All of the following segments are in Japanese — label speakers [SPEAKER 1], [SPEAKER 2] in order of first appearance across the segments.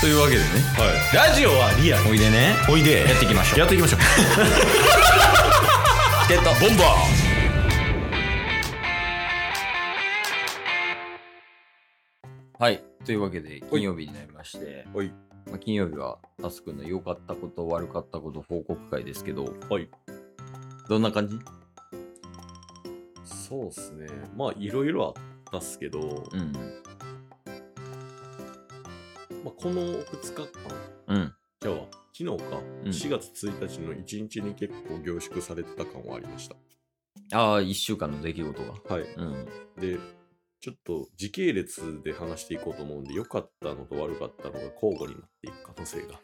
[SPEAKER 1] というわけでね
[SPEAKER 2] ラジオはリアル
[SPEAKER 1] おいでね
[SPEAKER 2] おいで
[SPEAKER 1] やっていきましょう
[SPEAKER 2] やっていきましょう
[SPEAKER 1] チケットボンバーはいというわけで金曜日になりまして
[SPEAKER 2] はい
[SPEAKER 1] まあ、金曜日はタスくんの良かったこと悪かったこと報告会ですけど
[SPEAKER 2] はい
[SPEAKER 1] どんな感じ
[SPEAKER 2] そうっすねまあいろいろあったっすけど、
[SPEAKER 1] うん
[SPEAKER 2] まあ、この2日間
[SPEAKER 1] うん
[SPEAKER 2] じゃあ昨日か、
[SPEAKER 1] うん
[SPEAKER 2] 4月1日の1日に結構凝縮されてた感はありました
[SPEAKER 1] ああ1週間の出来事が
[SPEAKER 2] はい
[SPEAKER 1] うん
[SPEAKER 2] でちょっと時系列で話していこうと思うんで良かったのと悪かったのが交互になっていく可能性が、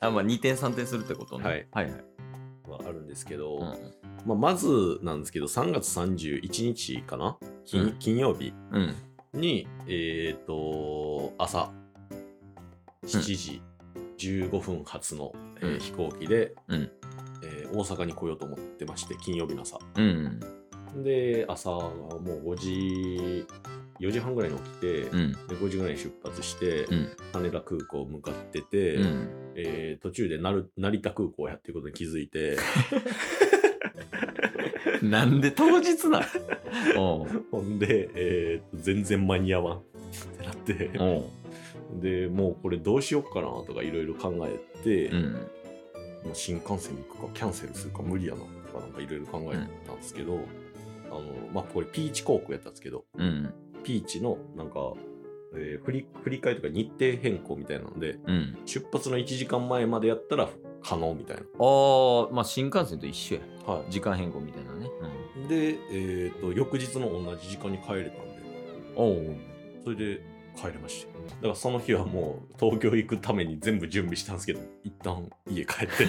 [SPEAKER 1] あまあ2点3点するってことね
[SPEAKER 2] はい
[SPEAKER 1] はいはい、
[SPEAKER 2] まあ、あるんですけど、
[SPEAKER 1] うん
[SPEAKER 2] まあ、まずなんですけど3月31日かな金,、
[SPEAKER 1] うん
[SPEAKER 2] 金曜日
[SPEAKER 1] うん、
[SPEAKER 2] にえっ、と朝7時15分発の、えー
[SPEAKER 1] うん
[SPEAKER 2] 飛行機で、
[SPEAKER 1] うん
[SPEAKER 2] えー大阪に来ようと思ってまして金曜日の朝
[SPEAKER 1] うん
[SPEAKER 2] で朝はもう5時4時半ぐらいに起きて、
[SPEAKER 1] う
[SPEAKER 2] で
[SPEAKER 1] ん
[SPEAKER 2] 5時ぐらいに出発して、
[SPEAKER 1] うん
[SPEAKER 2] 羽田空港向かってて、
[SPEAKER 1] うん
[SPEAKER 2] えー途中でなる成田空港やっていうことに気づ いて
[SPEAKER 1] なんで当日 なのおう
[SPEAKER 2] ほんで、えー全然間に合わんってなって
[SPEAKER 1] おう
[SPEAKER 2] でもうこれどうしよっかなとかいろいろ考えて、
[SPEAKER 1] うん
[SPEAKER 2] もう新幹線に行くかキャンセルするか無理やなとかなんかいろいろ考えたんですけど、あのまあこれピーチ航空やったんですけど
[SPEAKER 1] うん
[SPEAKER 2] ピーチのなんか、えー振り振り替えとか日程変更みたいなので
[SPEAKER 1] うん
[SPEAKER 2] 出発の1時間前までやったら可能みたい
[SPEAKER 1] ああまあ新幹線と一緒や
[SPEAKER 2] な、は
[SPEAKER 1] 時間変更みたいなね、
[SPEAKER 2] い、で、えー、と翌日の同じ時間に帰れたんで
[SPEAKER 1] おお
[SPEAKER 2] それで帰れましただからその日はもう東京行くために全部準備したんですけど一旦家帰って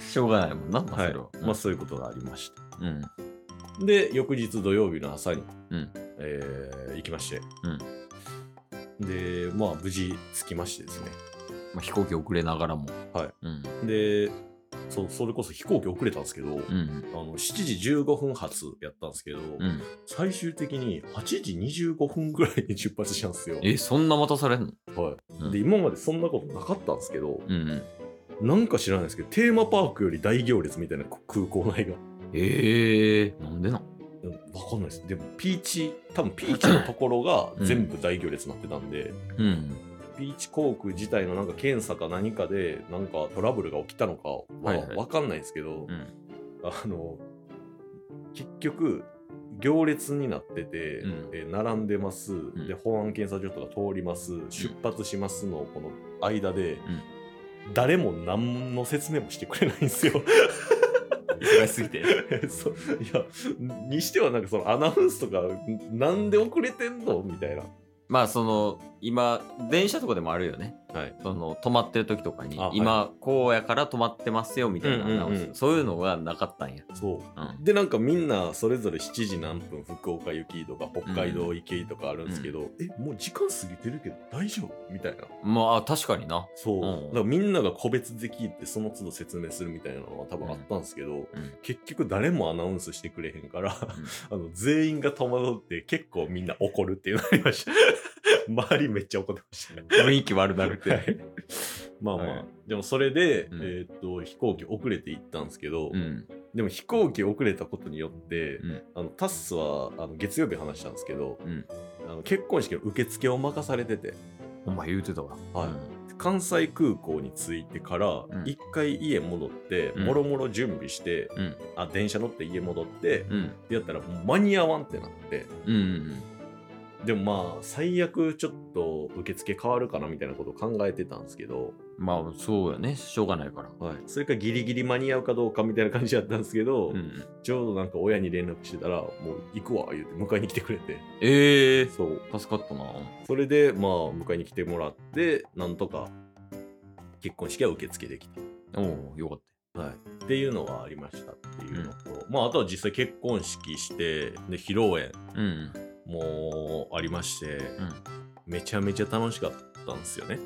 [SPEAKER 1] しょうがないもん な、まあ、
[SPEAKER 2] は
[SPEAKER 1] そ
[SPEAKER 2] い
[SPEAKER 1] れは、、
[SPEAKER 2] まあそういうことがありまし
[SPEAKER 1] うん
[SPEAKER 2] た。で、翌日土曜日の朝に、
[SPEAKER 1] うん
[SPEAKER 2] えー行きまして、で、まあ無事着きましてですね。
[SPEAKER 1] まあ、飛行機遅れながらも
[SPEAKER 2] はい
[SPEAKER 1] うん
[SPEAKER 2] で、そうそれこそ飛行機遅れたんですけど、
[SPEAKER 1] う
[SPEAKER 2] あ
[SPEAKER 1] ん
[SPEAKER 2] の7時15分発やったんですけど、
[SPEAKER 1] うん
[SPEAKER 2] 最終的に8時25分ぐらいに出発したんですよ。
[SPEAKER 1] えそんな待たされんの
[SPEAKER 2] は
[SPEAKER 1] う
[SPEAKER 2] い、
[SPEAKER 1] ん
[SPEAKER 2] で今までそんなことなかったんですけど、
[SPEAKER 1] うんうん
[SPEAKER 2] なんか知らないですけどテーマパークより大行列みたいなこ空港内が。
[SPEAKER 1] ええなんでなん
[SPEAKER 2] うんわかんないです。でも、ピーチ、多分ピーチのところが
[SPEAKER 1] うん
[SPEAKER 2] 全部大行列になってたんで、
[SPEAKER 1] うん
[SPEAKER 2] ピーチ航空自体のなんか検査か何かで、なんかトラブルが起きたのかは
[SPEAKER 1] はいはい
[SPEAKER 2] わかんないですけど、
[SPEAKER 1] うん
[SPEAKER 2] あの、結局、行列になってて、
[SPEAKER 1] うん
[SPEAKER 2] えー並んでます、
[SPEAKER 1] ん
[SPEAKER 2] で、保安検査所とか通ります、出発しますのこの間で、誰も何の説明もしてくれないんで すよ。
[SPEAKER 1] 忙しすぎて
[SPEAKER 2] そういやにしてはなんかそのアナウンスとかんなんで遅れてんのみたいな
[SPEAKER 1] まあその今電車とかでもあるよね
[SPEAKER 2] はい
[SPEAKER 1] その止まってる時とかに、
[SPEAKER 2] あはい
[SPEAKER 1] 今こうやから止まってますよみたいなアナウンス、
[SPEAKER 2] うんうんうん
[SPEAKER 1] そういうのがなかったんや
[SPEAKER 2] そう
[SPEAKER 1] うん
[SPEAKER 2] でなんかみんなそれぞれ7時何分福岡行きとか北海道行きとかあるんですけど、えもう時間過ぎてるけど大丈夫みたいな
[SPEAKER 1] まあ確かにな
[SPEAKER 2] そう、
[SPEAKER 1] うん
[SPEAKER 2] だからみんなが個別で聞いてその都度説明するみたいなのは多分あったんですけど、
[SPEAKER 1] うん
[SPEAKER 2] 結局誰もアナウンスしてくれへんから、 あの全員が戸惑って結構みんな怒るっていうのがありました 周りめっちゃ怒ってましたね
[SPEAKER 1] 雰囲気悪なるって、
[SPEAKER 2] はい まあまあ、
[SPEAKER 1] はい
[SPEAKER 2] でもそれで、
[SPEAKER 1] うん
[SPEAKER 2] えーっと飛行機遅れて行ったんですけど、
[SPEAKER 1] うん
[SPEAKER 2] でも飛行機遅れたことによって、
[SPEAKER 1] うん
[SPEAKER 2] あのタッスはあの月曜日話したんですけど
[SPEAKER 1] うん
[SPEAKER 2] あの結婚式の受付を任されてて
[SPEAKER 1] お前言うてたわ
[SPEAKER 2] はい関西空港に着いてから
[SPEAKER 1] ん
[SPEAKER 2] 一、回家戻って
[SPEAKER 1] うん
[SPEAKER 2] もろもろ準備して、
[SPEAKER 1] うん
[SPEAKER 2] あ電車乗って家戻って、
[SPEAKER 1] うんうん
[SPEAKER 2] でやったらもう間に合わんってなって
[SPEAKER 1] うんうん
[SPEAKER 2] でもまあ最悪ちょっと受付変わるかなみたいなことを考えてたんですけど、
[SPEAKER 1] まあそうやねしょうがないから
[SPEAKER 2] はい、それかギリギリ間に合うかどうかみたいな感じだったんですけど、
[SPEAKER 1] うん
[SPEAKER 2] ちょうどなんか親に連絡してたらもう行くわ言うて迎えに来てくれて
[SPEAKER 1] ええ
[SPEAKER 2] そう
[SPEAKER 1] 助かったな
[SPEAKER 2] それでまあ迎えに来てもらってなんとか結婚式は受付でき、
[SPEAKER 1] おおよかった
[SPEAKER 2] はい、っていうのがありましたっていうのと、まああとは実際結婚式してで披露宴
[SPEAKER 1] たうん
[SPEAKER 2] もありまして、
[SPEAKER 1] ん
[SPEAKER 2] めちゃめちゃ楽しかったんですよね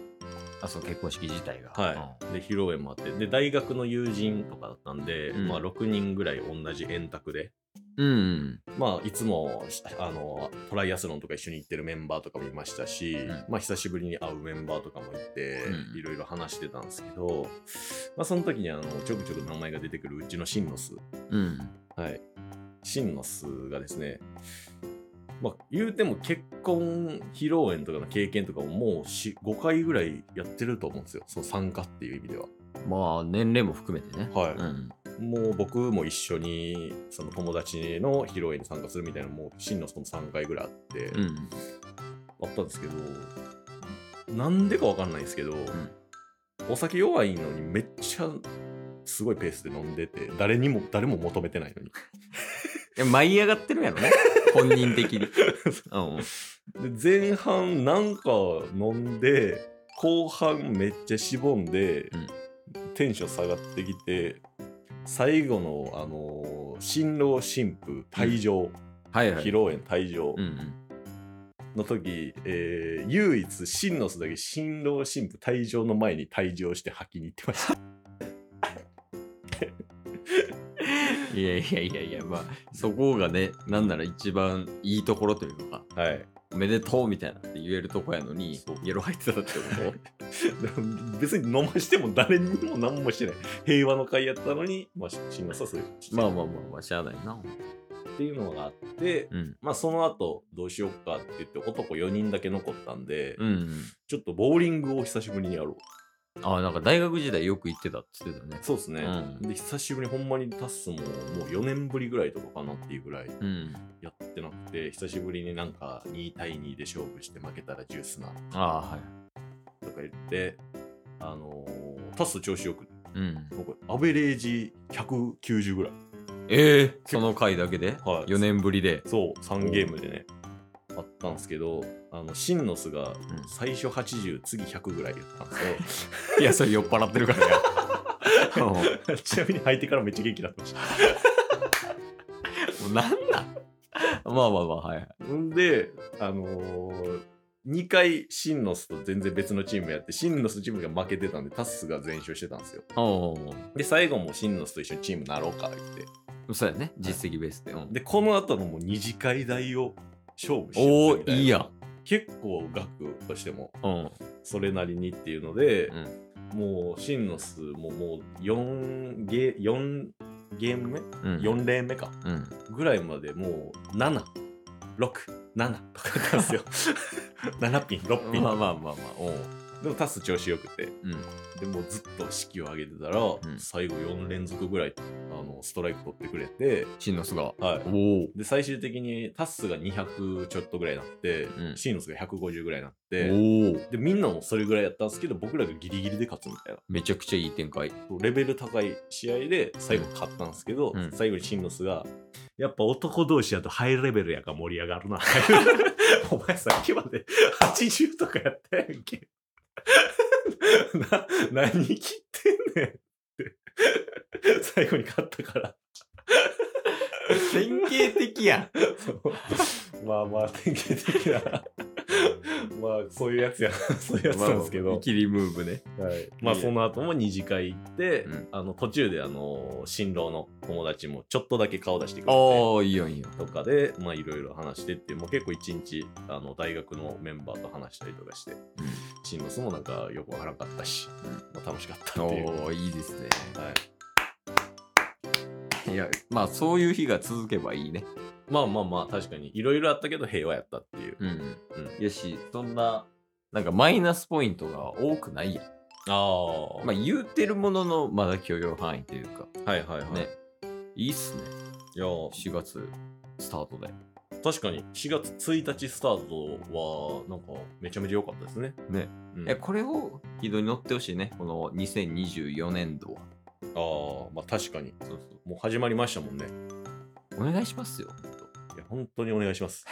[SPEAKER 1] あそう結婚式自体が
[SPEAKER 2] はい、で披露宴もあってで大学の友人とかだったんで、
[SPEAKER 1] うん
[SPEAKER 2] まあ、6人ぐらい同じ円卓で
[SPEAKER 1] うん。
[SPEAKER 2] まあ、いつもあのトライアスロンとか一緒に行ってるメンバーとかもいましたし、
[SPEAKER 1] ん
[SPEAKER 2] まあ、久しぶりに会うメンバーとかもいて、
[SPEAKER 1] うん
[SPEAKER 2] いろいろ話してたんですけど、まあ、その時にあのちょくちょく名前が出てくるうちのシンノス、
[SPEAKER 1] うん。
[SPEAKER 2] はい、シンノスがですね、まあ、言うても結婚披露宴とかの経験とかももうし5回ぐらいやってると思うんですよその参加っていう意味では。
[SPEAKER 1] まあ、年齢も含めてね。
[SPEAKER 2] はい
[SPEAKER 1] うん。
[SPEAKER 2] もう僕も一緒にその友達の披露宴に参加するみたいなのも真のその3回ぐらいあって、
[SPEAKER 1] うん。
[SPEAKER 2] あったんですけどなんでかわかんないですけど、お酒弱いのにめっちゃすごいペースで飲んでて誰にも誰も求めてないのに
[SPEAKER 1] いや舞い上がってるやろ ね。本人的に。うん。
[SPEAKER 2] で前半なんか飲んで後半めっちゃしぼんで、
[SPEAKER 1] うん
[SPEAKER 2] テンション下がってきて最後のあのー新郎新婦退場、
[SPEAKER 1] はいは
[SPEAKER 2] 披
[SPEAKER 1] い。
[SPEAKER 2] 露宴退場、
[SPEAKER 1] うんうん。
[SPEAKER 2] の時、えー唯一シンノスだけ新郎新婦退場の前に退場して吐きに行ってました
[SPEAKER 1] いやいやいやいや、まあ、そこがね、なんなら一番いいところという か、
[SPEAKER 2] はい
[SPEAKER 1] おめでとうみたいなって言えるとこやのに
[SPEAKER 2] そう、
[SPEAKER 1] イエロー入ってたって こ
[SPEAKER 2] 別に飲ましても誰にも何もしてない平和の会やったのに、まあ、シンノスはそういう
[SPEAKER 1] とまあまあまあまあ、しゃあないな。
[SPEAKER 2] っていうのがあって、
[SPEAKER 1] うん。
[SPEAKER 2] まあその後どうしようかって言って男4人だけ残ったんで、
[SPEAKER 1] うん。
[SPEAKER 2] ちょっとボーリングを久しぶりにやろう
[SPEAKER 1] ああ、なんか大学時代よく行ってたっつってたね。
[SPEAKER 2] そうですね、
[SPEAKER 1] うん
[SPEAKER 2] で久しぶりにほんまにタッスももう4年ぶりぐらいとかかなっていうぐらい
[SPEAKER 1] うん。
[SPEAKER 2] やってなくて久しぶりになんか2対2で勝負して負けたらジュースな
[SPEAKER 1] ああ、はい。
[SPEAKER 2] とか言って、あのー、タス調子よく、
[SPEAKER 1] うん。
[SPEAKER 2] 僕、アベレージ190ぐらい。
[SPEAKER 1] ええその回だけで、
[SPEAKER 2] はい
[SPEAKER 1] 4年ぶりで。
[SPEAKER 2] そう、3ゲームでね、あったんですけど、あの、シンノスが最初80、次100ぐらいやったんです
[SPEAKER 1] いや、それ酔っ払ってる からや。うんも
[SPEAKER 2] よ。 ちなみに履いてからめっちゃ元気になってまし
[SPEAKER 1] うなんなんまあまあまあ、はいはい。
[SPEAKER 2] た。んで、あのー、2回シンノスと全然別のチームやって、シンノスチームが負けてたんで、タスが全勝してたんですよ。
[SPEAKER 1] おうおう
[SPEAKER 2] で、最後もシンノスと一緒にチームなろうかって言って。
[SPEAKER 1] おうそうやね。実績ベースで。うん
[SPEAKER 2] で、この後のもう二次会代を勝負しよ
[SPEAKER 1] おお
[SPEAKER 2] うぜみたな
[SPEAKER 1] ーいいやん。
[SPEAKER 2] 結構額としても
[SPEAKER 1] うん。
[SPEAKER 2] それなりにっていうので、
[SPEAKER 1] うん
[SPEAKER 2] もうシンノスももう4ゲ4ゲーム目、
[SPEAKER 1] うん。
[SPEAKER 2] 4レーン目か
[SPEAKER 1] うん。
[SPEAKER 2] ぐらいまでもう767とかなんですよ 7ピン6ピン、
[SPEAKER 1] まあまあまあまあ。おう
[SPEAKER 2] でもタス調子よくて
[SPEAKER 1] うん。
[SPEAKER 2] でもうずっと式を上げてたら、
[SPEAKER 1] ん
[SPEAKER 2] 最後4連続ぐらいあのストライク取ってくれて、
[SPEAKER 1] しんのすが。
[SPEAKER 2] はい、
[SPEAKER 1] おお。
[SPEAKER 2] で最終的にタスが200ちょっとぐらいになって、
[SPEAKER 1] うん
[SPEAKER 2] シンノスが150ぐらいになって、
[SPEAKER 1] おお。
[SPEAKER 2] でみんなもそれぐらいやったんですけど僕らがギリギリで勝つみたいな
[SPEAKER 1] めちゃくちゃいい展開。
[SPEAKER 2] レベル高い試合で最後勝ったんですけど、
[SPEAKER 1] うん
[SPEAKER 2] 最後にシンノスがやっぱ男同士やとハイレベルやから盛り上が るなお前さっきまで80とかやったやんけな何切ってんねんって最後に勝ったから
[SPEAKER 1] 典型的やん。
[SPEAKER 2] そうまあまあ典型的なまあそういうやつやそういうやつなんですけど、
[SPEAKER 1] まあまあ見切りムーブね。
[SPEAKER 2] はい、まあ
[SPEAKER 1] いいね
[SPEAKER 2] その後も二次会行って、
[SPEAKER 1] うん
[SPEAKER 2] あの途中であの新郎の友達もちょっとだけ顔出してくれて
[SPEAKER 1] ああ、いいよいいよ。
[SPEAKER 2] とかでまあいろいろ話してってもう結構一日あの大学のメンバーと話したりとかして新郎もなんかよくわからんかったし、
[SPEAKER 1] うん
[SPEAKER 2] まあ、楽しかったっていう、はい、
[SPEAKER 1] おお、いいですね。いや、まあそういう日が続けばいいね。
[SPEAKER 2] まあまあまあ確かにいろいろあったけど平和やったっていう
[SPEAKER 1] うん。
[SPEAKER 2] うん
[SPEAKER 1] よし、そんな、なんかマイナスポイントが多くないやん。
[SPEAKER 2] ああ、
[SPEAKER 1] まあ言うてるものの、まだ許容範囲というか、
[SPEAKER 2] はいはいはい、
[SPEAKER 1] ね。いいっすね。
[SPEAKER 2] いやー
[SPEAKER 1] 4月スタートで。
[SPEAKER 2] 確かに4月1日スタートはなんかめちゃめちゃ良かったですね
[SPEAKER 1] ね、
[SPEAKER 2] うん、
[SPEAKER 1] え、これを軌道に乗ってほしいね。この2024年度は。
[SPEAKER 2] ああまあ確かに
[SPEAKER 1] そう
[SPEAKER 2] もう始まりましたもんね。
[SPEAKER 1] そう。お願いしますよ。
[SPEAKER 2] いや、本当にお願いします。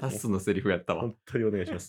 [SPEAKER 1] タッスのセリフやったわ。
[SPEAKER 2] 本当にお願いします。